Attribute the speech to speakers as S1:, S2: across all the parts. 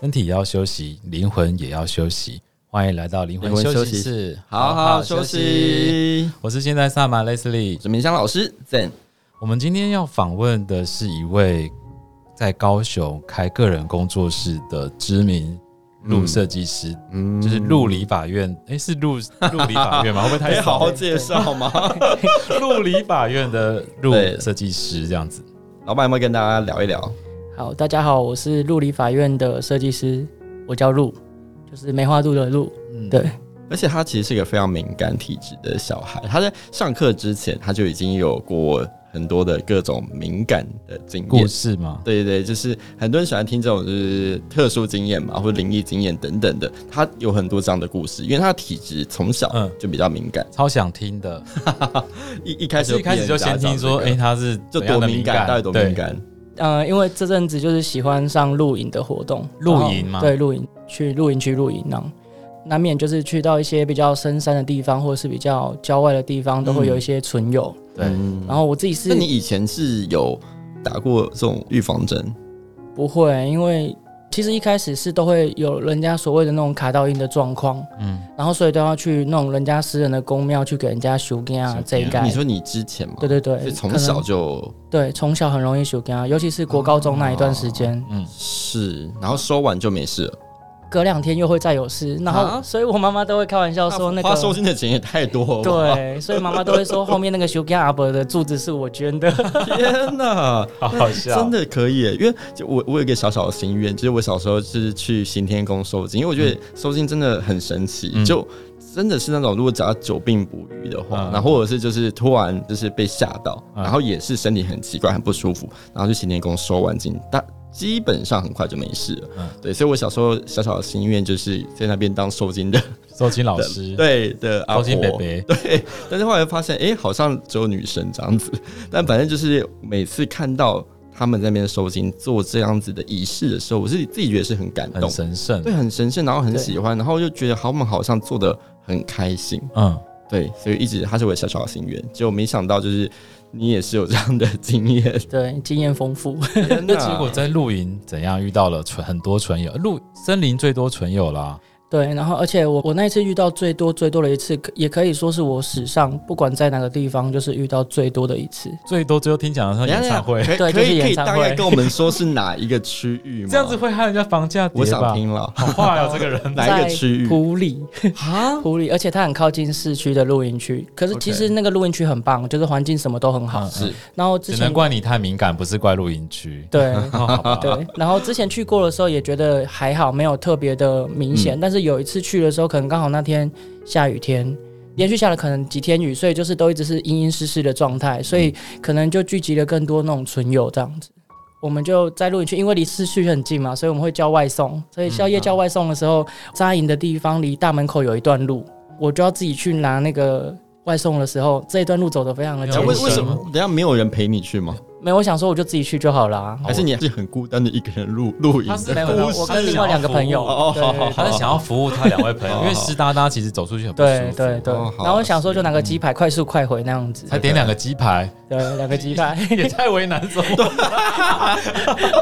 S1: 身体要休息，灵魂也要休息。欢迎来到灵魂
S2: 灵魂
S1: 休
S2: 休
S1: 息
S2: 息
S1: 室，
S2: 好好休。息。
S1: 我是现代萨满 Leslie，
S2: 我是明香老师，Zen。
S1: 我们今天要访问的是一位在高雄开个人工作室的知名路设计师，
S2: 嗯
S1: 就是路理法院，哎、是路路理法 院吗？会不会太
S2: 可以
S1: 少
S2: 好好介绍吗？
S1: 路理法院的路
S2: 对
S1: 设计师这样子？
S2: 老板有没有跟大家聊一聊？
S3: 好，大家好，我是陆理法院的设计师，我叫陆，就是梅花鹿的鹿。
S1: 嗯，
S3: 对，
S2: 而且他其实是一个非常敏感体质的小孩，他在上课之前他就已经有过很多的各种敏感的经
S1: 故
S2: 验。
S1: 事嘛，
S2: 对对对，就是很多人喜欢听这种就是特殊经验嘛，或者灵异经验等等的。他有很多这样的故事，因为他的体质从小
S1: 嗯
S2: 就比较敏感，
S1: 超想听 的。
S2: 一一
S1: 还
S2: 开始
S1: 是一开始就先听说，哎、
S2: 哎，
S1: 他是
S2: 就
S1: 怎样的
S2: 多敏感，到底多敏？
S1: 对
S2: 感？
S3: 呃，因为这阵子就是喜欢上露营的活动，
S1: 露
S3: 然后
S1: 营吗
S3: 对，露营去露营区露营，那样难免就是去到一些比较深山的地方，或者是比较郊外的地方，都会有一些存友。
S1: 对，
S2: 嗯
S3: 然后我自己
S2: 那
S3: 是
S2: 你以前是有打过这种预防针？
S3: 不会，因为其实一开始是都会有人家所谓的那种卡到音的状况，
S1: 嗯，
S3: 然后所以都要去那种人家私人的公庙去给人家修根
S1: 修
S3: 啊
S1: 根
S3: 这一盖
S2: 你。说你之前吗？
S3: 对对对，
S2: 所以从
S3: 可能
S2: 小就
S3: 对，从小很容易修根，尤其是国高中那一段时间，
S1: 嗯，
S2: 是，然后收完就没事了。
S3: 隔两天又会再有事，然后
S2: 啊
S3: 所以我妈妈都会开玩笑说那
S2: 花收
S3: 个。
S2: 金的钱也太多了。，
S3: 对，所以妈妈都会说后面那个修根阿伯的柱子是我捐的。
S2: 天哪，
S1: 好好笑，
S2: 真的可以耶！因为就我我有一个小小的心愿，就是我小时候是去行天宫收金，因为我觉得收金真的很神奇，
S1: 嗯
S2: 就真的是那种如果只要久病不愈的话，
S1: 嗯
S2: 然后或者是就是突然就是被吓到，
S1: 嗯
S2: 然后也是身体很奇怪很不舒服，然后去行天宫收完金，但基本上很快就没事了。
S1: 嗯
S2: 对，所以我小时候小小的心愿就是在那边当收金的
S1: 周青老师，，
S2: 对的阿
S1: 周
S2: 婆。
S1: 青北北，
S2: 对，但是后来发现，哎、好像只有女生这样子。 但反正就是每次看到他们在那边收金做这样子的仪式的时候，我是自己觉得是很感
S1: 很
S2: 动，
S1: 神圣，
S2: 对，很神圣，然后很喜欢，然后又觉得他们好像做的很开心，
S1: 嗯，
S2: 对，所以一直他是我的小小的心愿。结果没想到就是你也是有这样的经验，
S3: 对，经验丰富。
S2: 那
S1: 那结果在露营怎样遇到了纯很多纯友？露森林最多纯友啦，
S3: 对，然后而且我我那一次遇到最多最多的一次，可也可以说是我史上不管在哪个地方就是遇到最多的一次。
S1: 最多只有听讲的像演唱 会，
S2: 可以
S3: 对
S2: 哎可
S3: 就是
S2: 以可以
S3: 演唱
S2: 大
S3: 会
S2: 概跟我们说是哪一个区域吗？
S1: 这样子，会害人家房价
S2: 我
S1: 跌
S2: 想
S1: 吧？
S2: 听了
S1: 好坏哦，这个 人，
S2: 哪一个区域
S3: 在埔里，
S2: 啊？
S3: 埔里，而且它很靠近市区的露营区。可是其
S2: OK
S3: 实那个露营区很棒，就是环境什么都很好。
S1: 嗯
S2: 是
S3: 然后之
S1: 只
S3: 前
S1: 能怪你太敏感，不是怪露营区。
S3: 对，
S1: 哦好吧，
S3: 对，然后之前去过的时候也觉得还好，没有特别的明
S2: 嗯
S3: 显。但是有一次去的时候，可能刚好那天下雨天，连续下了可能几天雨，所以就是都一直是阴阴湿湿的状态，所以
S2: 嗯
S3: 可能就聚集了更多那种纯友这样子。我们就在露营区，因为离市区很近嘛，所以我们会叫外送。所以宵夜叫外送的时候，扎营的地方离大门口有一段路，我就要自己去拿那个外送的时候，这一段路走得非常的
S1: 那
S3: 艰
S2: 哎为
S1: 为
S2: 为什
S3: 辛。
S2: 么？等一下没有人陪你去吗？
S3: 没有，我想说我就自己去就好啊啦。
S2: 还是你是很孤单的一个人录录影
S1: 哦他是
S2: 的？
S3: 没有，没有
S1: 故事
S3: 我跟另外两个朋友，
S2: 哦
S3: 对对对
S1: 他是想要服务他两位朋 友，因为湿哒哒其实走出去很不舒
S3: 对
S1: 服。
S3: 对对，
S2: 哦好
S3: 然后我想说就拿个鸡排快速快回那样子，
S1: 才点两个鸡排，
S3: 对，两个鸡 排，
S1: 也太为难所有了。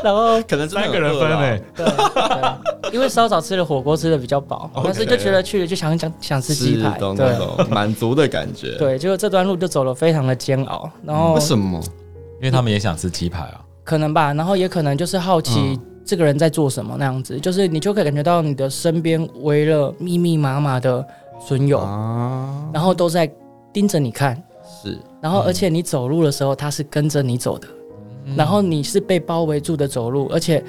S3: 然后
S2: 可能真的
S1: 三个人分欸
S2: 哎
S1: 诶，，
S3: 对对，因为稍早吃了火锅吃的比较饱，
S2: OK
S3: 但是就觉得去了就想想想吃鸡排，
S2: 哦懂
S3: 对
S2: 懂懂，满足的感觉。，
S3: 对，结果这段路就走了非常的煎熬，然后
S2: 嗯为什么？
S1: 因为他们也想吃鸡排啊。
S3: 可能吧，然后也可能就是好奇
S2: 嗯
S3: 这个人在做什么那样子，就是你就可以感觉到你的身边围了密密麻麻的损友，
S2: 啊，
S3: 然后都在盯着你看，
S2: 是
S3: 然后而且你走路的时候他是跟着你走的。然后你是被包围住的走路，而且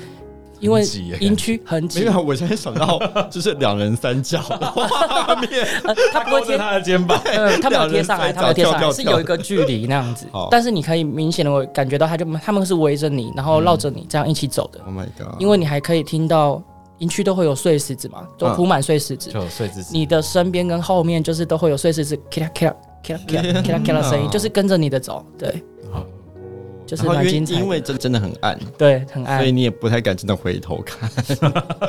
S3: 因为
S1: 很挤耶
S3: 营区很
S2: 没
S3: 挤，
S2: 有，我现在想到就是两人三角的画面。
S3: 呃它不会贴，
S1: 的肩膀，
S3: 呃，它没有贴上来，它没有贴上
S2: 两
S3: 来，
S2: 人在
S3: 是
S2: 跳跳跳
S3: 有一个距离那样子
S2: 好。
S3: 但是你可以明显的我感觉到，他就他们是围着你，然后绕着你这样一起走的，
S2: Oh my god！
S3: 因为你还可以听到营区都会有碎石子嘛，都
S2: 嗯
S3: 铺满碎石子，
S1: 就有睡姿势。
S3: 你的身边跟后面就是都会有碎石子，咔啦咔啦咔啦咔啦咔啦咔啦的声音，
S2: 天哪
S3: 就是跟着你的走，对就是
S2: 然后因
S3: 蛮
S2: 为
S3: 精彩的
S2: 因为真真的很暗，
S3: 对，很爱
S2: 所以。你也不太敢真的回头看。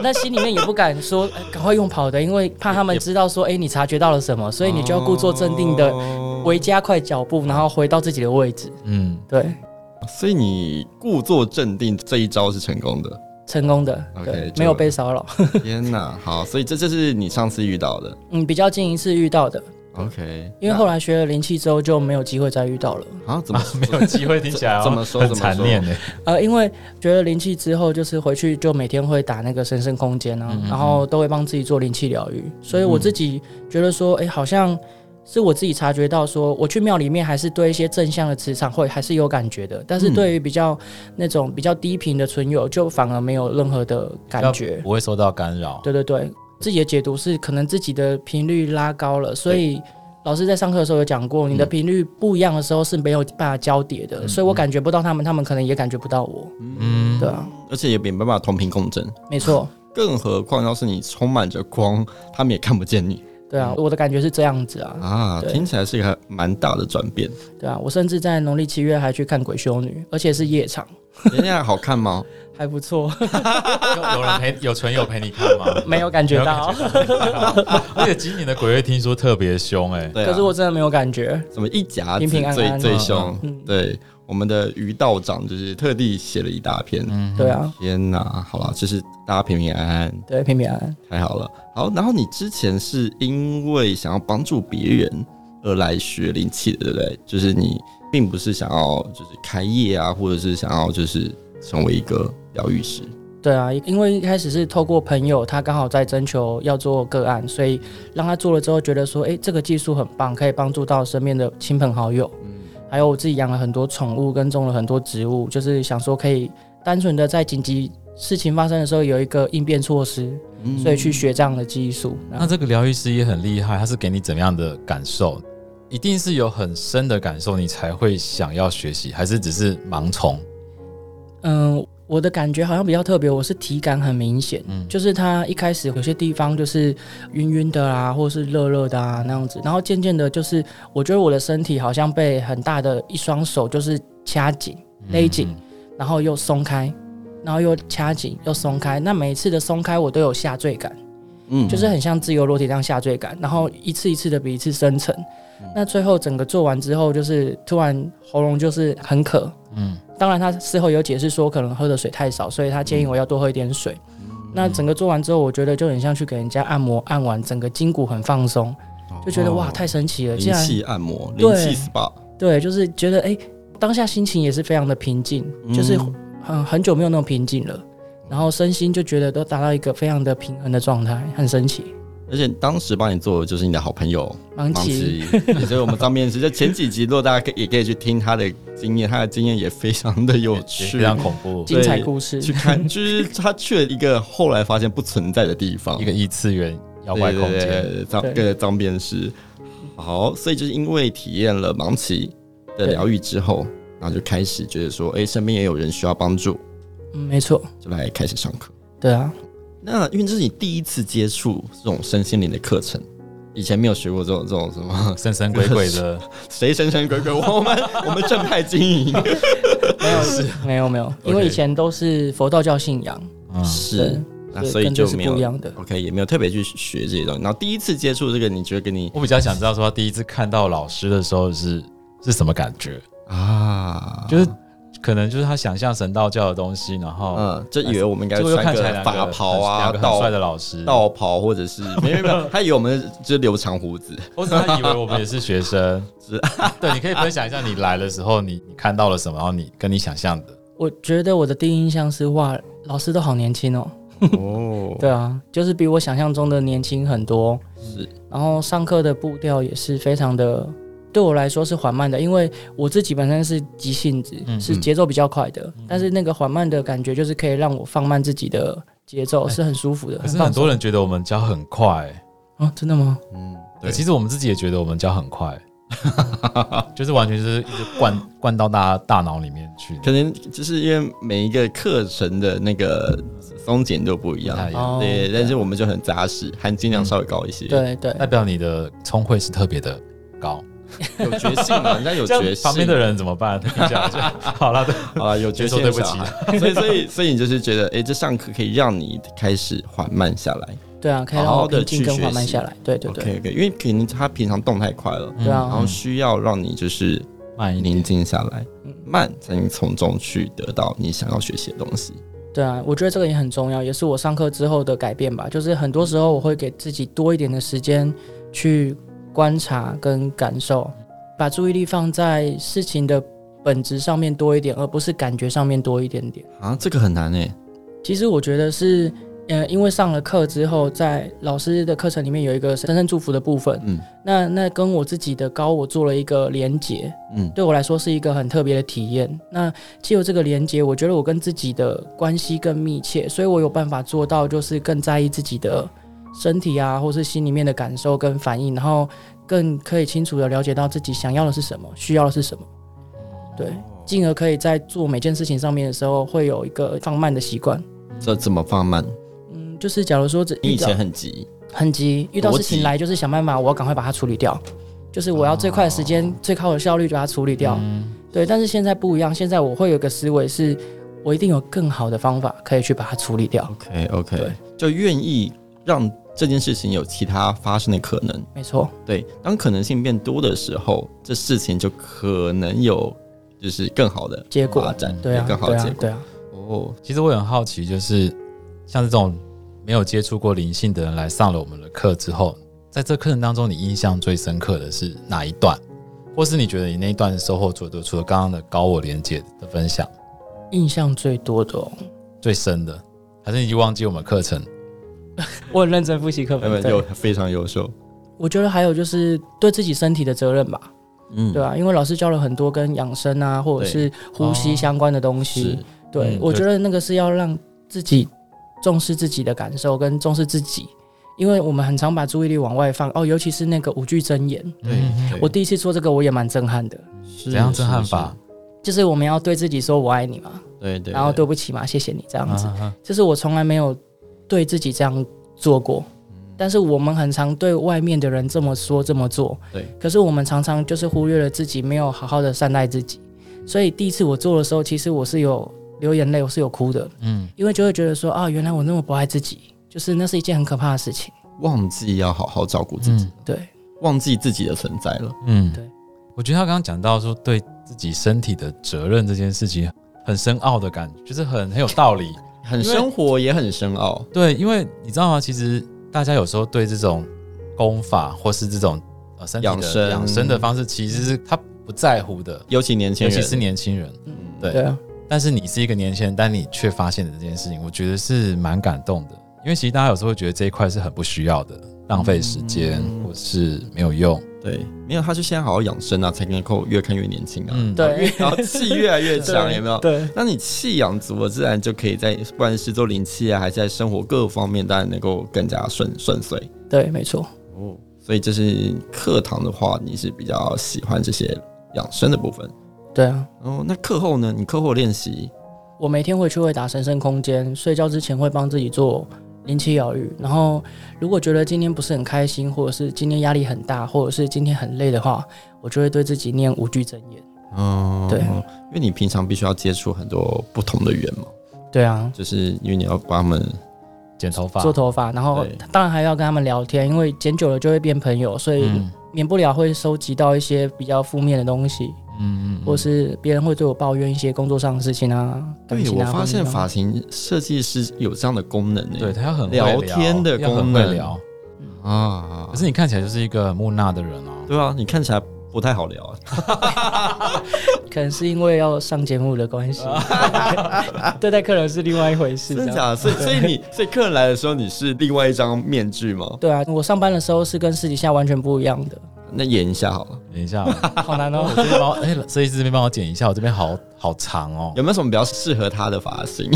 S3: 那心里面也不敢说呃赶快用跑的，因为怕他们知道说，哎、你察觉到了什么，所以你就要故作镇定的
S2: 哦
S3: 回加快脚步，然后回到自己的位置。
S1: 嗯，
S3: 对，
S2: 所以你故作镇定这一招是成功的。
S3: 成功的
S2: OK，
S3: 对，
S2: 就
S3: 没有被骚扰。
S2: 天哪，好，所以这就是你上次遇到的。
S3: 嗯，比较近一次遇到的，
S2: OK，
S3: 因为
S2: 那
S3: 后来学了灵气之后就没有机会再遇到了。
S2: 啊，怎么
S1: 没有机会听起来哦
S2: 怎么说
S1: 很
S2: 怎么
S1: 残
S2: 说
S1: 念欸呢？
S3: 呃，因为学了灵气之后，就是回去就每天会打那个神圣空间啊，然后都会帮自己做灵气疗愈，所以我自己觉得说，哎、好像是我自己察觉到说，我去庙里面还是对一些正向的磁场会还是有感觉的，但是
S2: 嗯
S3: 对于比较那种比较低频的存有，就反而没有任何的感觉。
S1: 不会受到干扰。
S3: 对对对，自己的解读是可能自己的频率拉高了，所以老师在上课的时候有讲过，你的频率不一样的时候是没有办法交叠的，所以我感觉不到他们，他们可能也感觉不到我。
S1: 嗯，
S3: 对啊，
S2: 而且也没办法同频共振，
S3: 没错，
S2: 更何况要是你充满着光，他们也看不见你
S3: 对啊，我的感觉是这样子啊，
S2: 啊！
S3: 对
S2: 听起来是一个蛮大的转变。
S3: 对啊，我甚至在农历七月还去看鬼修女，而且是夜场，
S2: 人家好看吗？
S3: 还不错，
S1: 有有人陪有纯友陪你看吗？
S3: 没有感觉到，
S1: 而且今年的鬼月听说特别凶哎，
S2: 对、啊，
S3: 可是我真的没有感觉。
S2: 怎么一夹子
S3: 平平安
S2: 最
S3: 安
S2: 最
S3: 嗯
S2: 凶？
S3: 嗯
S2: 对，我们的于道长就是特地写了一大篇。
S3: 对啊，
S2: 天哪，好了，就是大家平平安安，
S3: 对，平平安安。
S2: 太好了。好，然后你之前是因为想要帮助别人而来学灵气的，对不对？就是你并不是想要就是开业啊，或者是想要就是成为一个疗愈师。
S3: 对啊，因为一开始是透过朋友，他刚好在征求要做个案，所以让他做了之后，觉得说，诶，这个技术很棒，可以帮助到身边的亲朋好友。还有我自己养了很多宠物，跟种了很多植物，就是想说可以单纯的在紧急事情发生的时候有一个应变措施，
S2: 嗯
S3: 所以去学这样的技术。
S1: 那这个疗愈师也很厉害，他是给你怎么样的感受？一定是有很深的感受，你才会想要学习，还是只是盲从？
S3: 嗯，我的感觉好像比较特别，我是体感很明显，就是它一开始有些地方就是晕晕的啊，或是热热的啊那样子，然后渐渐的，就是我觉得我的身体好像被很大的一双手就是掐紧、勒紧，然后又松开，然后又掐紧又松开，那每一次的松开我都有下坠感。
S2: 嗯
S3: 就是很像自由落体这样下坠感，然后一次一次的比一次深层。
S2: 嗯
S3: 那最后整个做完之后，就是突然喉咙就是很渴，嗯，当然他事后有解释说可能喝的水太少，所以他建议我要多喝一点水。
S2: 嗯
S3: 那整个做完之后，我觉得就很像去给人家按摩，按完整个筋骨很放松，哦就觉得、哇太神奇了，
S2: 哦
S3: 竟
S2: 灵
S3: 然
S2: 气按摩、灵
S3: 对
S2: 气 SPA，
S3: 对，就是觉得哎、当下心情也是非常的平静，就是
S2: 嗯
S3: 很很久没有那么平静了，然后身心就觉得都达到一个非常的平衡的状态，很神奇。
S2: 而且当时帮你做的就是你的好朋友
S3: 盲
S2: 芒
S3: 奇，
S2: 奇，所以我们当面试，就前几集，如果大家可以也可以去听他的经验，他的经验也非常的有
S1: 也
S2: 趣
S1: 非，常恐怖，
S3: 精彩故事，
S2: 去看，就是他去了一个后来发现不存在的地方，
S1: 一个异次元妖怪空
S2: 对 对
S1: 间。
S2: 对对脏
S3: 对
S2: 对脏辫师。好，所以就是因为体验了盲奇的
S3: 对
S2: 疗愈之后，然后就开始觉得说，哎、身边也有人需要帮助，
S3: 嗯，没错，
S2: 就来开始上课。
S3: 对啊，
S2: 那因为这是你第一次接触这种身心灵的课程，以前没有学过这种这种什么
S1: 神神鬼鬼 的，
S2: 谁神神鬼鬼，我们 我们正派经营
S3: 没有 没有没有，因为以前都是佛道教信仰，
S1: 嗯，
S2: 是
S3: 对，，
S2: 那
S3: 对
S2: 所以
S3: 跟这
S2: 就是没
S3: 不一
S2: 有
S3: 样的。
S2: OK，也没有特别去学这些东西。然后第一次接触这个，你觉得跟你
S1: 我比较想知道说，第一次看到老师的时候是是什么感觉？
S2: 啊，
S1: 就是可能就是他想象神道教的东西，然后
S2: 嗯，就以为我们应该
S1: 结果又
S2: 穿
S1: 看起来
S2: 个
S1: 两
S2: 法
S1: 个
S2: 袍啊，
S1: 很两个很帅
S2: 道
S1: 的老师，
S2: 道袍，或 者是没有没有，他以为我们就是留长胡子，
S1: 或者他以为我们也是学 生。是， 对，你可以分享一下你来的时候你你看到了什么，然后你跟你想象的。
S3: 我觉得我的第一印象是哇，老师都好年轻哦，
S2: 哦，
S3: 对啊，就是比我想象中的年轻很多，
S2: 是，
S3: 然后上课的步调也是非常的。对我来说是缓慢的，因为我自己本身是急性子，是节奏比较快的，但是那个缓慢的感觉就是可以让我放慢自己的节奏，是很舒服的。
S1: 可是
S3: 放
S1: 很多人觉得我们教很快、
S3: 松啊，真的吗？
S2: 嗯，对
S1: 对，，其实我们自己也觉得我们教很 快，就是完全就是一直灌灌到大家大脑里面去。
S2: 可能就是因为每一个课程的那个松紧都不一样
S1: 不太一，样
S3: 哦
S2: 对，但是我们就很扎实，含金量稍微高一些，，
S3: 对对，
S1: 代表你的聪慧是特别的高，
S2: 有决心嘛，人家有
S1: 这样
S2: 决心，
S1: 旁边的人怎么 办？听起来就好了，对
S2: 好了，有决心，
S1: 先说对不起，
S2: 所以所以所以你就是觉得，哎，这上课可以让你开始缓慢下来
S3: 对啊，可以让
S2: 好好
S3: 我
S2: 地
S3: 平静
S2: 去
S3: 跟
S2: 学
S3: 缓慢
S2: 习
S3: 下来。对对对
S2: ，OK OK，因为可能他平常动太快
S1: 哦
S2: 了，
S3: 对啊
S2: 然，后需要让你就是
S1: 嗯慢一点
S2: 嗯宁静下来，慢才能从中去得到你想要学习的东西。
S3: 对啊，我觉得这个也很重要，也是我上课之后的改变吧。就是很多时候我会给自己多一点的时间去观察跟感受，把注意力放在事情的本质上面多一点，而不是感觉上面多一点点。
S2: 啊，这个很难诶。
S3: 其实我觉得是，呃，因为上了课之后，在老师的课程里面有一个深深祝福的部分，
S2: 嗯
S3: 那那跟我自己的高我做了一个连结，
S2: 嗯
S3: 对我来说是一个很特别的体验。那借由这个连接，我觉得我跟自己的关系更密切，所以我有办法做到就是更在意自己的身体啊，或是心里面的感受跟反应，然后更可以清楚的了解到自己想要的是什么，需要的是什么，对，
S2: 哦
S3: 进而可以在做每件事情上面的时候会有一个放慢的习惯。
S2: 这怎么放慢？
S3: 嗯，就是假如说只
S2: 你以
S3: 遇到
S2: 前很急，
S3: 很急，遇到
S2: 多
S3: 事情
S2: 急
S3: 来就是想办法，我要赶快把它处理掉，就是我要最快的时
S2: 哦
S3: 间、最高的效率把它处理掉。
S1: 嗯
S3: 对，但是现在不一样，现在我会有个思维是，我一定有更好的方法可以去把它处理掉。
S2: OK OK，
S3: 对
S2: 就愿意让这件事情有其他发生的可能。
S3: 没错，
S2: 对，当可能性变多的时候，这事情就可能有就是更好的
S3: 结
S2: 发
S3: 果
S2: 展，
S3: 对啊，
S2: 有更好的
S3: 对
S2: 结
S3: 啊，
S2: 果。
S3: 对啊，
S2: 哦，
S1: 其实我也很好奇，就是像这种没有接触过灵性的人来上了我们的课之后，在这课程当中，你印象最深刻的是哪一段，或是你觉得你那一段收获最多？除了刚刚的高我连接的分享，
S3: 印象最多的、哦，
S1: 最深的，还是你已经忘记我们课程？
S3: 我很认真复习课
S2: 那么
S3: 本。
S2: 就
S3: 对，
S2: 非常优秀。
S3: 我觉得还有就是对自己身体的责任吧，
S2: 嗯
S3: 对啊，因为老师教了很多跟养生啊，或者
S2: 对
S3: 是呼吸相关的东西
S2: 是。
S3: 对，
S1: 嗯
S3: 我
S1: 就
S3: 觉得那个是要让自己重视自己的感受跟重视自己，因为我们很常把注意力往外放哦，尤其是那个五句真言。
S2: 对
S1: 嗯，
S2: 对
S3: 我第一次做这个，我也蛮震撼的，
S2: 怎
S1: 怎样震撼法？？
S3: 就是我们要对自己说“我爱你”嘛，
S2: 是对对，
S3: 然后
S2: 对
S3: 对不起嘛，谢谢你这样子。
S1: 啊啊
S3: 这是我从来没有对自己这样做过，
S1: 嗯
S3: 但是我们很常对外面的人这么说这么做，
S2: 对。
S3: 可是我们常常就是忽略了自己，没有好好的善待自己。所以第一次我做的时候，其实我是有流眼泪，我是有哭的，
S1: 嗯，
S3: 因为就会觉得说啊，原来我那么不爱自己，就是那是一件很可怕的事情。
S2: 忘记要好好照顾自己，
S1: 嗯
S3: 对，
S2: 忘记自己的存在了。
S1: 嗯，
S3: 对。
S1: 我觉得他刚刚讲到说对自己身体的责任这件事情，很深奥的感觉，就是很很有道理。
S2: 很
S1: 因为
S2: 生活也很深奥，
S1: 对，因为你知道吗？其实大家有时候对这种功法或是这种呃身体
S2: 养
S1: 的
S2: 生
S1: 养生的方式，其实是他不在乎的，
S2: 尤其年轻
S1: 尤
S2: 人，
S1: 其是年轻人。
S2: 嗯
S1: 对
S3: 对啊，
S1: 但是你是一个年轻人，但你却发现了这件事情，我觉得是蛮感动的。因为其实大家有时候会觉得这一块是很不需要的，浪费时间、
S2: 嗯
S1: 或是没有用。
S2: 对，没有他就先好好养生啊，才能够越看越年轻啊，
S1: 嗯，
S3: 对，
S2: 然后气越来越强，
S3: 对
S2: 有没有？
S3: 对，
S2: 那你气养足了，自然就可以在不管是做灵气啊，还是在生活各方面，当然能够更加顺顺遂。
S3: 对，没错。
S2: 哦，所以这是课堂的话，你是比较喜欢这些养生的部分。
S3: 对啊，
S2: 哦，那课后呢？你课后练习
S3: 我每天回去会打神圣空间，睡觉之前会帮自己做灵气疗愈。然后，如果觉得今天不是很开心，或者是今天压力很大，或者是今天很累的话，我就会对自己念五句真言。
S2: 哦，
S3: 对
S2: 因为你平常必须要接触很多不同的人嘛，
S3: 对啊，
S2: 就是因为你要帮他们
S1: 剪头发，
S3: 做头发，然后
S2: 对
S3: 当然还要跟他们聊天，因为剪久了就会变朋友，所以
S1: 嗯
S3: 免不了会收集到一些比较负面的东西，
S1: 嗯嗯，
S3: 或是别人会对我抱怨一些工作上的事情啊。感
S2: 对，
S3: 情
S2: 我
S3: 啊
S2: 发现
S3: 或者什么
S2: 发型设计师有这样的功能呢、欸
S1: 对他要很会
S2: 聊天的
S1: 要很
S2: 功
S1: 会
S2: 能
S1: 聊。
S2: 啊
S1: 可，是你看起来就是一个很木讷的人哦。
S2: 对啊，你看起来不太好聊啊。
S3: 可能是因为要上节目的关 系，对待客人是另外一回事。
S2: 真的
S3: 这
S2: 假
S3: 样
S2: 的？所以所以你所以客人来的时候，你是另外一张面具吗？
S3: 对啊，我上班的时候是跟私底下完全不 一样的，
S2: 那演一下好了，
S1: 等一下哦，
S3: 好难哦
S1: 我。这边帮我，哎，设计师这边帮我剪一下，我这边好好长哦。
S2: 有没有什么比较适合他的发型？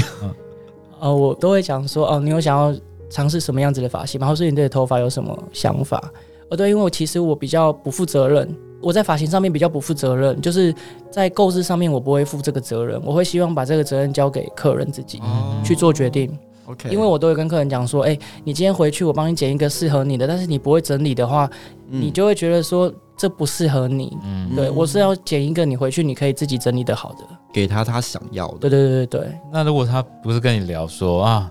S3: 呃，我都会讲说，哦，你有想要尝试什么样子的发型吗？或是你对头发有什么想法？哦，对，因为我其实我比较不负责任，我在发型上面比较不负责任，就是在构思上面我不会负这个责任，我会希望把这个责任交给客人自己
S2: 哦
S3: 去做决定。
S2: OK，
S3: 因为我都会跟客人讲说，哎、你今天回去我帮你剪一个适合你的，但是你不会整理的话，
S2: 嗯
S3: 你就会觉得说这不适合你。
S1: 嗯
S3: 对我是要剪一个你回去你可以自己整理的好的。
S2: 给他他想要的。
S3: 对对对对对，
S1: 那如果他不是跟你聊说啊，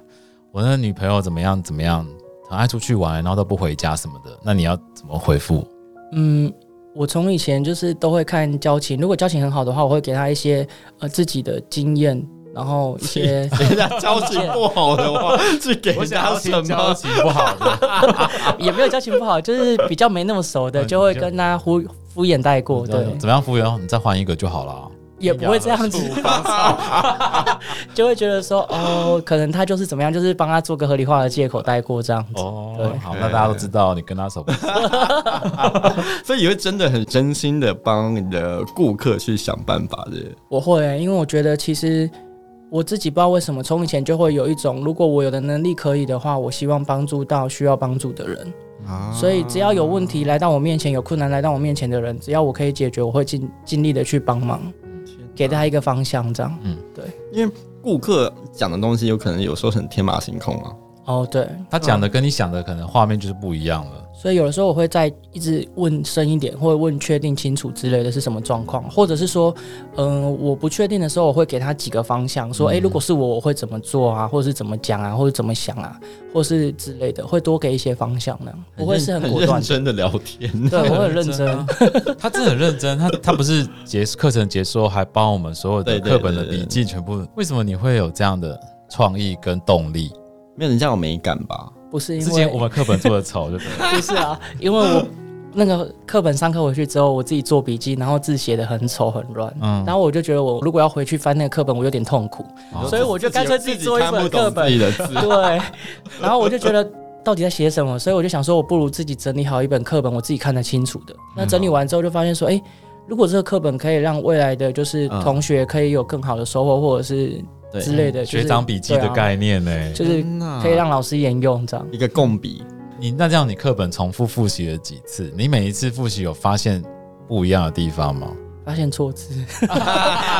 S1: 我那女朋友怎么样怎么样，很爱出去玩，然后都不回家什么的，那你要怎么回复？
S3: 嗯，我从以前就是都会看交情，如果交情很好的话，我会给他一些呃自己的经验。然后一些
S2: 人家交情不好的话，去给
S1: 我
S2: 人
S1: 想
S2: 家
S1: 要
S2: 什
S1: 听交
S2: 么？
S1: 情不好 的，
S3: 也没有交情不好，就是比较没那么熟的，
S1: 嗯
S3: 就会跟他敷敷衍带过，对，
S1: 怎么样服务员，你再换一个就好了。啊
S3: 也不会这样子，就会觉得说哦，可能他就是怎么样，就是帮他做个合理化的借口带过这样子。
S1: 哦
S3: 对，
S1: 好，那大家都知道你跟他熟不熟。
S2: 所以也会真的很真心的帮你的顾客去想办法的。
S3: 我会、因为我觉得其实我自己不知道为什么，从以前就会有一种，如果我有的能力可以的话，我希望帮助到需要帮助的人。所以只要有问题来到我面前，有困难来到我面前的人，只要我可以解决，我会尽尽力的去帮忙，给他一个方向，这样。
S2: 因为顾客讲的东西有可能有时候很天马行空啊。
S3: 哦，对，
S1: 他讲的跟你想的可能画面就是不一样了。
S3: 所以有的时候我会再一直问深一点，或者问确定清楚之类的是什么状况，或者是说，嗯、我不确定的时候，我会给他几个方向，说，哎诶，如果是我，我会怎么做啊，或者是怎么讲啊，或者怎么想啊，或是之类的，会多给一些方向呢。我会是
S2: 很
S3: 很
S2: 认
S3: 果
S2: 认
S3: 断的，
S2: 真的聊天。
S3: 对，我很认真。
S1: 啊 他真的很认真，他他不是结课程结束后还帮我们所有的
S2: 对对
S1: 课本的
S2: 对对
S1: 笔记全部。为什么你会有这样的创意跟动力？
S2: 没有人家有美感吧？
S3: 不是
S1: 之
S3: 因为
S1: 前我们课本做的丑，对不 对？
S3: 不是啊，因为我那个课本上课回去之后，我自己做笔记，然后字写的很丑很乱，
S1: 嗯
S3: 然，后我就觉得我如果要回去翻那个课本，我有点痛苦，
S1: 哦
S3: 所以我就干脆自己做一本课本
S2: 自己的字。
S3: 对，然后我就觉得到底在写什么，所以我就想说，我不如自己整理好一本课本，我自己看得清楚的。那整理完之后，就发现说，哎、如果这个课本可以让未来的就是
S2: 嗯
S3: 同学可以有更好的收获，或者是
S2: 对
S3: 之类的，就是
S1: 学长笔记的概念呢、
S3: 对啊 就是
S2: 天哪
S3: 可以让老师沿用这样。
S2: 一个共笔，
S1: 你那这样，你课本重复复习了几次？你每一次复习有发现不一样的地方 吗？
S3: 发现错字，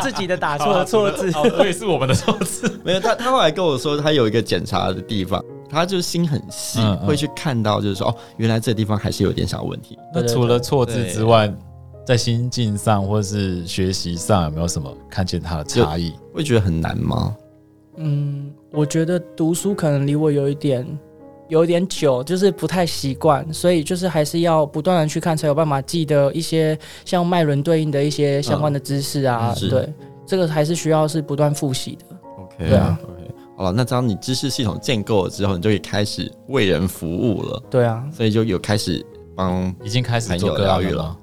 S3: 自己的啊打错了错字。
S1: 我也是我们的错字。
S2: 没有他，他后来跟我说，他有一个检查的地方，他就心很细，
S1: 嗯嗯
S2: 会去看到，就是说，哦，原来这地方还是有点小问题。
S1: 那除了错字之外，在心境上或是学习上有没有什么看见它的差异？
S2: 会觉得很难吗？
S3: 嗯，我觉得读书可能离我有一点。有一点久，就是不太习惯，所以就是还是要不断的去看，才有办法记得一些像脉轮对应的一些相关的知识啊。
S2: 嗯是
S3: 对，这个还是需要是不断复习的。
S2: OK，
S3: 对啊
S2: o k 好了，那当你知识系统建构了之后，你就可以开始为人服务了，
S3: 对啊，
S2: 所以就有开始帮
S1: 已经开始做啊个案
S2: 很有疗愈
S1: 了吗
S2: 了？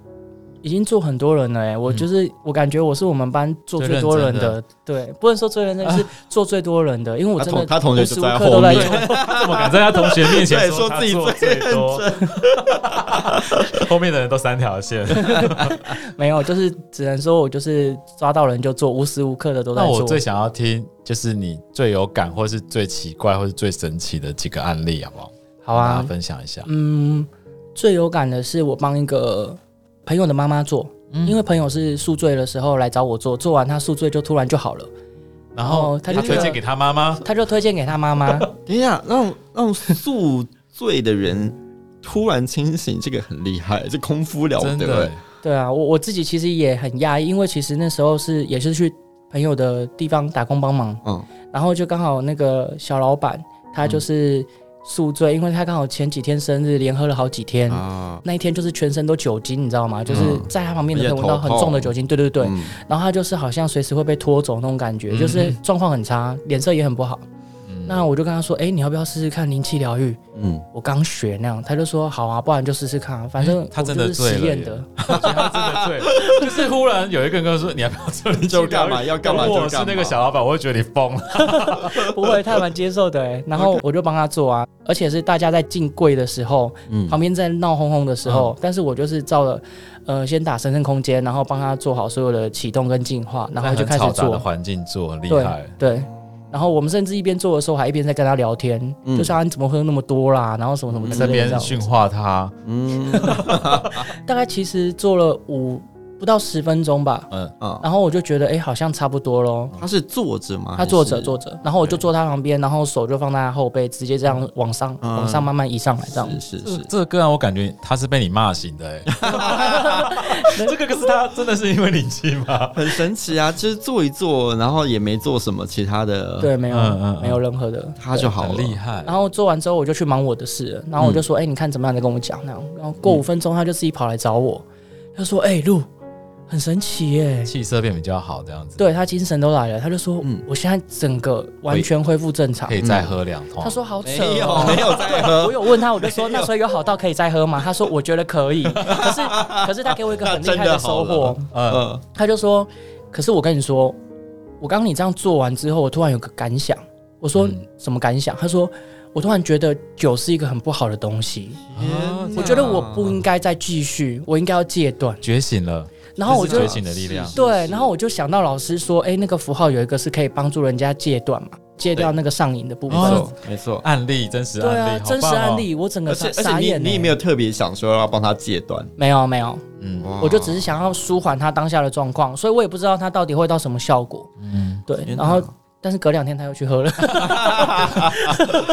S3: 已经做很多人了哎、
S2: 嗯
S3: 我就是、我感觉我是我们班做最多人
S1: 最
S3: 的，
S1: 认
S3: 对，不能说最认真，是做最多人的，因为我
S2: 他
S3: 真的
S2: 同他同学
S3: 无
S2: 就
S3: 时无
S2: 在
S3: 刻
S2: 后
S3: 都在
S2: 面
S3: 做，
S1: 怎么敢在他同学面前
S2: 对说
S1: 他
S2: 自己
S1: 做
S2: 最
S1: 最多？后面的人都三条线。
S3: 没有，就是只能说我就是抓到人就做，无时无刻的都在
S1: 那
S3: 做。
S1: 我最想要听就是你最有感，或是最奇怪，或是最神奇的几个案例，好不好？
S3: 好
S1: 跟大家，
S3: 啊
S1: 分享一下。
S3: 嗯，最有感的是我帮一个朋友的妈妈做，
S2: 嗯
S3: 因为朋友是宿醉的时候来找我做，做完他宿醉就突然就好了，
S1: 然后
S3: 哦
S1: 他
S3: 他就觉
S1: 推
S3: 得
S1: 荐给他妈妈，
S3: 他就推荐给他 妈妈。
S2: 等一下，让让宿醉的人突然清醒，这个很厉害，这功夫了
S1: 真
S2: 得
S1: 的
S2: 欸。
S3: 对啊，我我自己其实也很讶异，因为其实那时候是也是去朋友的地方打工帮忙，
S2: 嗯，
S3: 然后就刚好那个小老板他就是宿醉，因为他刚好前几天生日连喝了好几天。
S2: 嗯啊，
S3: 那一天就是全身都酒精，你知道吗？就是在他旁边的人
S2: 而且
S3: 闻到很
S2: 头痛
S3: 重的酒精，对对对。
S2: 嗯
S3: 然后他就是好像随时会被拖走那种感
S1: 嗯
S3: 觉，就是状况很差，脸色也很不好。那我就跟他说：“哎、你要不要试试看灵气疗愈？
S2: 嗯，
S3: 我刚学那样。”他就说：“好啊，不然就试试看、啊，反正
S1: 他
S3: 我
S1: 真
S3: 就
S1: 的
S3: 是
S1: 醉
S3: 实
S1: 了耶
S3: 验的。
S1: 我觉得他真的对了，就是忽然有一个人跟我说：“你要不要做
S3: 嗯
S1: 灵
S2: 就干嘛要干嘛
S1: 如果我
S2: 就是干嘛
S1: 那个小老板，我会觉得你疯了。
S3: 不会，他还蛮接受 的哎。”然后我就帮他做啊，而且是大家在进柜的时候，
S2: 嗯
S3: 旁边在闹哄哄的时
S1: 嗯
S3: 候，但是我就是照了，呃，先打神圣空间，然后帮他做好所有的启动跟净化，然后就
S1: 在
S3: 开始
S1: 很嘈杂的
S3: 做。
S1: 环境做，很厉
S3: 对
S1: 害。
S3: 对。然后我们甚至一边做的时候，还一边在跟他聊天，
S2: 嗯
S3: 就是啊，你怎么喝那么多啦？然后什么什么
S1: 你
S3: 之
S1: 在那
S3: 类的这
S1: 边
S3: 样。
S1: 训话他，
S2: 嗯
S3: 大概其实做了五不到十分钟吧，
S1: 嗯，
S2: 啊，
S3: 然后我就觉得哎、诶好像差不多咯。
S2: 他是坐着吗？
S3: 他坐着
S2: 还啊是
S3: 坐着，然后我就坐他旁边，然后手就放在他后背，直接这样往上、
S2: 嗯
S3: 往上慢慢移上来，这样。
S2: 是是
S1: 这
S2: 是，
S1: 这个个案我感觉他是被你骂醒的 欸。这个可是他真的是因为灵气吗？
S2: 很神奇啊！就是坐一坐，然后也没做什么其他的，，
S3: 对，没有、
S1: 嗯嗯嗯
S3: 没有任何的。
S2: 他就好
S1: 很
S2: 了
S1: 厉害
S3: 然。后做完之后，我就去忙我的事了。然后我就说：“哎、你看怎么样？再跟我讲。”那样。然后过五分钟，他就自己跑来找我，他说：“哎、欸，露，很神奇耶。
S1: 气色变比较好，这样子，
S3: 对他精神都来了，他就说：“
S2: 嗯
S3: 我现在整个完全恢复正常
S1: 可。以再喝两”桶。
S3: 他说：“好扯、
S2: 没有
S3: 哦。
S2: 没有在喝
S3: 我，有问他，我就说那所以有好到可以再喝吗？他说我觉得 可以，可是可是他给我一个很厉害收
S2: 那真的好
S3: 获，
S1: 呃，
S2: 嗯
S3: 他就说，可是我跟你说，我刚刚你这样做完之后，我突然有个感想，我说、
S1: 嗯
S3: 什么感想？他说我突然觉得酒是一个很不好的东西，
S1: 啊
S3: 我觉得我不应该再继续，我应该要戒断。
S1: 觉醒了，
S3: 然后我
S1: 这
S3: 就是
S1: 觉醒的力量
S2: 是。
S3: 对，然后我就想到老师说，哎，那个符号有一个是可以帮助人家戒断嘛，戒掉那个上瘾的部
S2: 没
S3: 分。
S1: 哦
S2: 错没错，
S1: 案例真实
S3: 对啊
S1: 案，例，
S3: 真实
S1: 好棒哦
S3: 案，例，我整
S2: 而
S3: 个
S2: 且
S3: 傻
S2: 而且
S3: 傻
S2: 你
S3: 眼。欸
S2: 你也没有哦特别想说要帮他戒断，
S3: 没有没有，
S1: 嗯，
S2: 哇
S3: 我就只是想要舒缓他当下的状况，所以我也不知道他到底会到什么效果。
S1: 嗯，
S3: 对，
S2: 天哪
S3: 然后但是隔两天他又去喝了，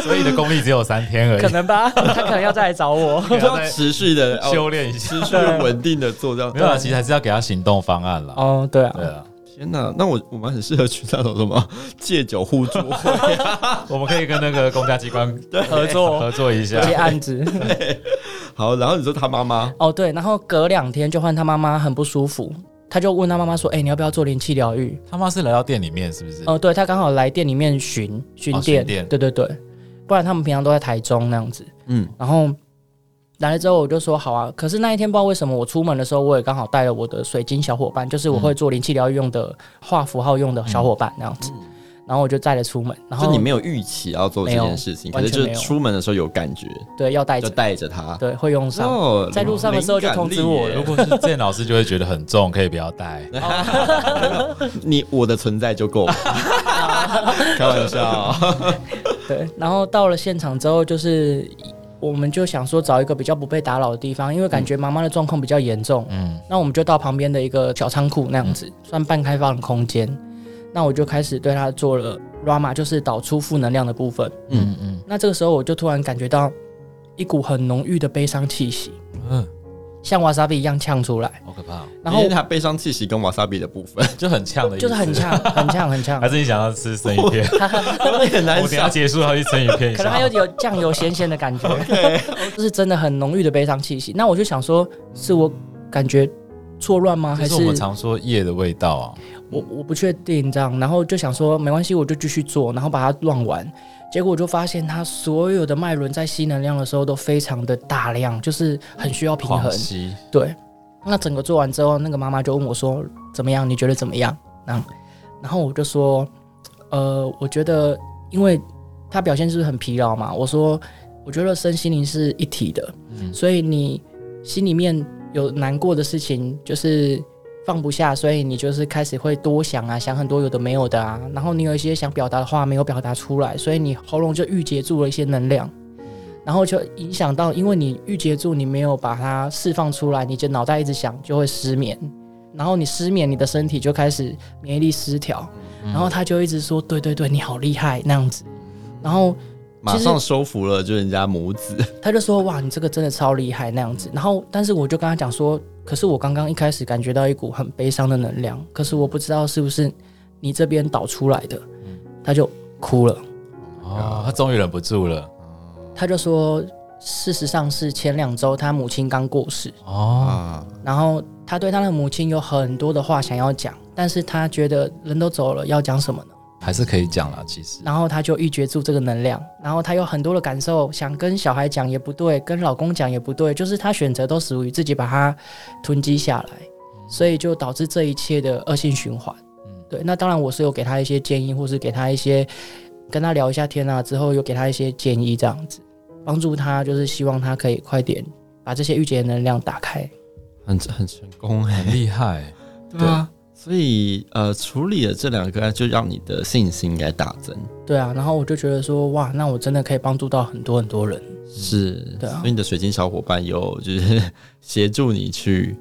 S1: 所以你的功力只有三天而
S3: 可
S1: 已，
S3: 能吧，他可能要再来找我。
S1: 可能
S2: 就要持续的
S1: 修啊炼一下。
S2: 持续稳定的做这样
S1: 没。有啦，其实还是要给他行动方案啦。
S3: 哦，对啊，
S1: 对啊，
S2: 天哪，那我我们很适合去那种什么 戒酒互助 会，
S1: 我们可以跟那个公家机关
S3: 合作
S1: 合作一下。
S3: 接案子。
S2: 好，然后你说他妈妈，
S3: 哦，对，然后隔两天就换他妈妈很不舒服，他就问他妈妈说：“哎、你要不要做灵气疗愈
S1: 他妈是来到店里面，是不是？？”
S3: 哦，对他刚好来店里面巡巡
S1: 哦
S3: 店，
S1: 巡店
S3: 对对对，不然他们平常都在台中那样子。
S2: 嗯，
S3: 然后来了之后，我就说好啊。可是那一天不知道为什么，我出门的时候我也刚好带了我的水晶小伙伴，就是我会做灵气疗愈用的、画符号用的小伙伴那样子。然后我就带了出门，然
S2: 就
S3: 后
S2: 你没有预期要做这件事情，
S3: 没
S2: 可
S3: 有
S2: 是就
S3: 完
S2: 是
S3: 全没有
S2: 出门的时候有感觉，
S3: 对要带
S2: 就
S3: 着，
S2: 带着他。
S3: 对会用上。
S2: 哦
S3: 在路上的时候就通知我了
S1: 如果是郑老师，就会觉得很重，可以不要带。
S2: 你我的存在就够 了，开玩笑。
S3: 对，然后到了现场之后，就是我们就想说找一个比较不被打扰的地方，因为感觉妈妈的状况比较严重。
S1: 嗯，
S3: 那我们就到旁边的一个小仓库那样子，算半开放的空间。那我就开始对她做了 Rama，就是导出负能量的部分。
S1: 嗯嗯
S3: 那这个时候我就突然感觉到一股很浓郁的悲伤气息，
S1: 嗯，
S3: 像 wasabi 一样呛出来，
S1: 好可怕哦，
S3: 然
S2: 因
S3: 后
S2: 为他悲伤气息跟瓦萨比的部 分，
S1: 就很呛的意思，
S3: 就是很呛，很呛，很呛
S1: 还。是你想要吃生鱼片？
S2: 我 也很
S1: 我
S2: 难
S1: 等一下
S2: 想。
S1: 结束后去生鱼片一
S3: 可能还
S1: 下
S3: 有。有酱油咸咸的感觉， 就是真的很浓郁的悲伤气息。那我就想说，是我感觉错乱吗？还
S1: 这
S3: 是
S1: 是我们常说夜的味道啊，
S3: 我我不确定这样？然后就想说没关系，我就继续做，然后把它乱完。结果我就发现，它所有的脉轮在吸能量的时候都非常的大量，就是很需要平
S1: 狂
S3: 衡。
S1: 吸。
S3: 对，那整个做完之后，那个妈妈就问我说：“怎么样？你觉得怎么样？”然后，然后我就说：“呃，我觉得，因为他表现是不是很疲劳嘛？”我说：“我觉得身心灵是一体的，
S1: 嗯
S3: 所以你心里面有难过的事情，就是。”放不下，所以你就是开始会多想啊，想很多有的没有的啊，然后你有一些想表达的话没有表达出来，所以你喉咙就郁结住了一些能量。然后就影响到，因为你郁结住，你没有把它释放出来，你就脑袋一直想，就会失眠。然后你失眠，你的身体就开始免疫力失调。然后他就一直说：“对对对，你好厉害。”那样子。然后
S2: 马上收服了，就是人家母子，
S3: 他就说：“哇，你这个真的超厉害。”那样子。然后，但是我就跟他讲说：“可是我刚刚一开始感觉到一股很悲伤的能量，可是我不知道是不是你这边导出来的。”他就哭了。
S1: 哦，他终于忍不住了。
S3: 他就说：“事实上是前两周他母亲刚过世。”
S1: 哦，
S2: 啊
S3: 然后他对他的母亲有很多的话想要讲，但是他觉得人都走了，要讲什么呢？
S1: 还是可以讲啦，其实。
S3: 然后他就郁结住这个能量，然后他有很多的感受，想跟小孩讲也不对，跟老公讲也不对，就是他选择都属于自己把它囤积下来，所以就导致这一切的恶性循环。对，那当然我是有给他一些建议，或是给他一些跟他聊一下天啊，之后又给他一些建议，这样子帮助他，就是希望他可以快点把这些郁结的能量打开。
S2: 很很成功 哎、
S1: 很厉害，
S2: 对啊，所以呃，处理了这两个案，就让你的信心应该大增。
S3: 对啊，然后我就觉得说，哇，那我真的可以帮助到很多很多人。
S2: 是，
S3: 对啊
S2: 所以你的水晶小伙伴有就是协助你去，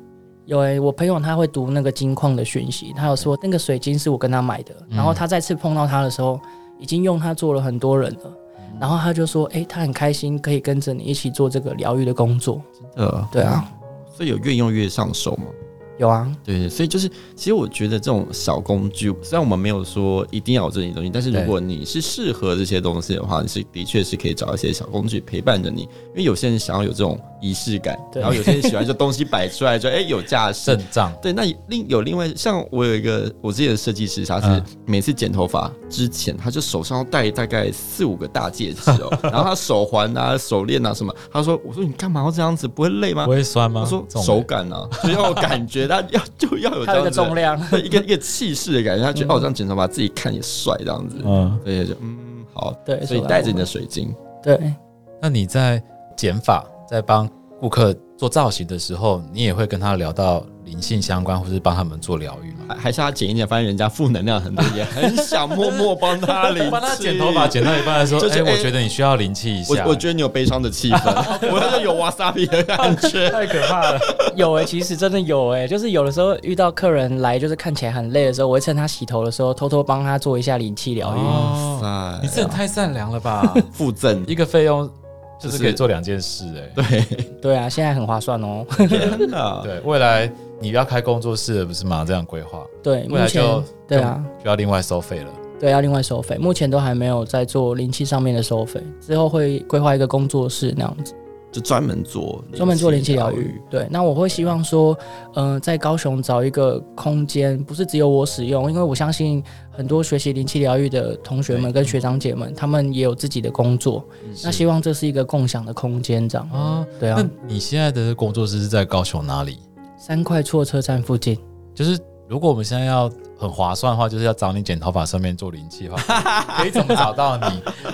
S3: 有诶、我朋友他会读那个金矿的讯息，他有说那个水晶是我跟他买的，然后他
S2: 嗯
S3: 再次碰到他的时候，已经用它做了很多人了。
S2: 嗯
S3: 然后他就说，诶，他很开心可以跟着你一起做这个疗愈的工作。
S2: 呃，
S3: 对啊，
S2: 所以有越用越上手嘛。
S3: 有啊，
S2: 对，所以就是，其实我觉得这种小工具，虽然我们没有说一定要有这些东西，但是如
S1: 对
S2: 果你是适合这些东西的话，你是的确是可以找一些小工具陪伴着你。因为有些人想要有这种仪式感，
S3: 对
S2: 然后有些人喜欢就东西摆出来就哎、有架势
S1: 阵。仗
S2: 对，那另有另外像我有一个我自己的设计师，他是
S1: 嗯
S2: 每次剪头发之前，他就手上要戴大概四五个大戒指 哦，然后他手环啊、手链啊什么，他说：“我说你干嘛要这样子？不会累吗？”
S1: 不会酸吗？
S2: 他说
S1: 这种
S2: 手感啊，就要有感觉，他要就要有这
S3: 它有一
S2: 样
S3: 个
S2: 子的
S3: 重量，
S2: 对一个一个气势的感觉。他觉得哦，这样剪头发自己看也帅这样子，
S1: 嗯，
S2: 所以就嗯好。
S3: 对，
S2: 所以
S3: 手
S2: 你
S3: 感
S2: 带着你的水晶，
S3: 对
S1: 那你在剪发，在帮顾客做造型的时候，你也会跟他聊到灵性相关，或是帮他们做疗愈吗？
S2: 还还是他剪一剪，发现人家负能量很多，也很想默默 帮他理。
S1: 帮他剪头发，剪到一半的时候，
S2: 就是
S1: 哎，
S2: 哎
S1: 我觉得你需要灵气一下，
S2: 我我觉得你有悲伤的 气氛，我就有瓦萨比的感觉。
S1: 太可怕了。
S3: 有哎、其实真的有哎、就是有的时候遇到客人来，就是看起来很累的时候，我会趁他洗头的时候，偷偷帮他做一下灵气疗愈。
S1: 哦，
S2: 哇
S1: 你
S2: 塞，
S1: 这也太善良了 吧！
S2: 附赠
S1: 一个费用就
S2: 就是是
S1: 可以做两件事、哎，
S2: 对，
S3: 对啊，现在很划算哦。
S2: 天 哪！
S1: 对，未来你要开工作室了不是吗？这样规划，
S3: 对，
S1: 未
S3: 目
S1: 来
S3: 前
S1: 就
S3: 对啊，
S1: 就要另外收费了。
S3: 对要另外收费，目前都还没有在做灵气上面的收费，之后会规划一个工作室那样子，
S2: 就专门做
S3: 专门做灵气疗愈。。对，那我会希望说，嗯、在高雄找一个空间，不是只有我使用，因为我相信很多学习灵气疗愈的同学们跟学长姐们，他们也有自己的工作，那希望这嗯是一个共享的空间，这样。
S1: 啊，
S3: 对啊
S1: 那，你现在的工作室是在高雄哪里？
S3: 三块错车站附近。
S1: 就是如果我们现在要很划算的话，就是要找你剪头发上面做灵气的 话，可以怎么找到你？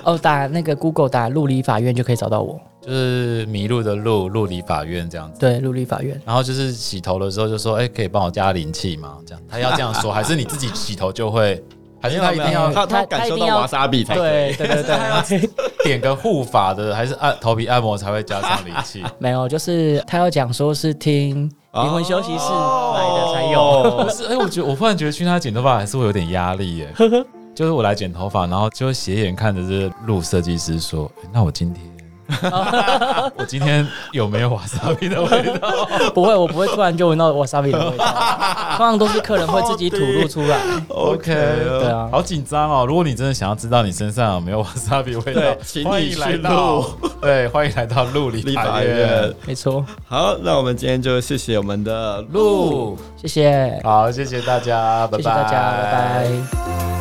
S3: 哦，打那个 Google 打陆理法院就可以找到我。
S1: 就是迷路的路，路理法院这样子。
S3: 对，陆理法院。
S1: 然后就是洗头的时候就说，哎、可以帮我加灵气吗？这样，他要这样说，还是你自己洗头就会，还是他一定要
S2: 他他
S3: 他他
S2: 感
S3: 一
S2: 受
S3: 定
S2: 到
S3: 要
S2: 瓦萨比才可以。
S3: 对对对 对，
S1: 点个护发的，还是按头皮按摩才会加上灵气？
S3: 没有，就是他要讲说是听
S2: 哦
S1: 啊
S3: 灵魂休息室来的才有。
S1: 不是，哎、我觉得我忽然觉得去他剪头发还是会有点压力 耶。就是我来剪头发，然后就斜眼看着这路设计师说：“哎那我今天， 我今天有没有瓦萨比的味 道
S3: 不会，我不会突然就闻到瓦萨比的 味道，通常都是客人会自己吐露出来。
S1: ？”OK，对
S3: 啊
S1: 好紧张哦。如果你真的想要知道你身上有没有瓦萨比味道
S2: 对，啊请
S1: 欢
S2: 你
S1: 迎来
S2: 去
S1: 到
S2: 录，
S1: 对，欢迎来到路里
S2: 立
S1: 法
S2: 法
S1: 院
S2: 院。
S3: 没错，
S2: 好，那我们今天就谢谢我们的
S1: 录。
S3: 谢谢，
S1: 好，谢谢大家，拜拜，
S3: 谢谢大家，拜拜。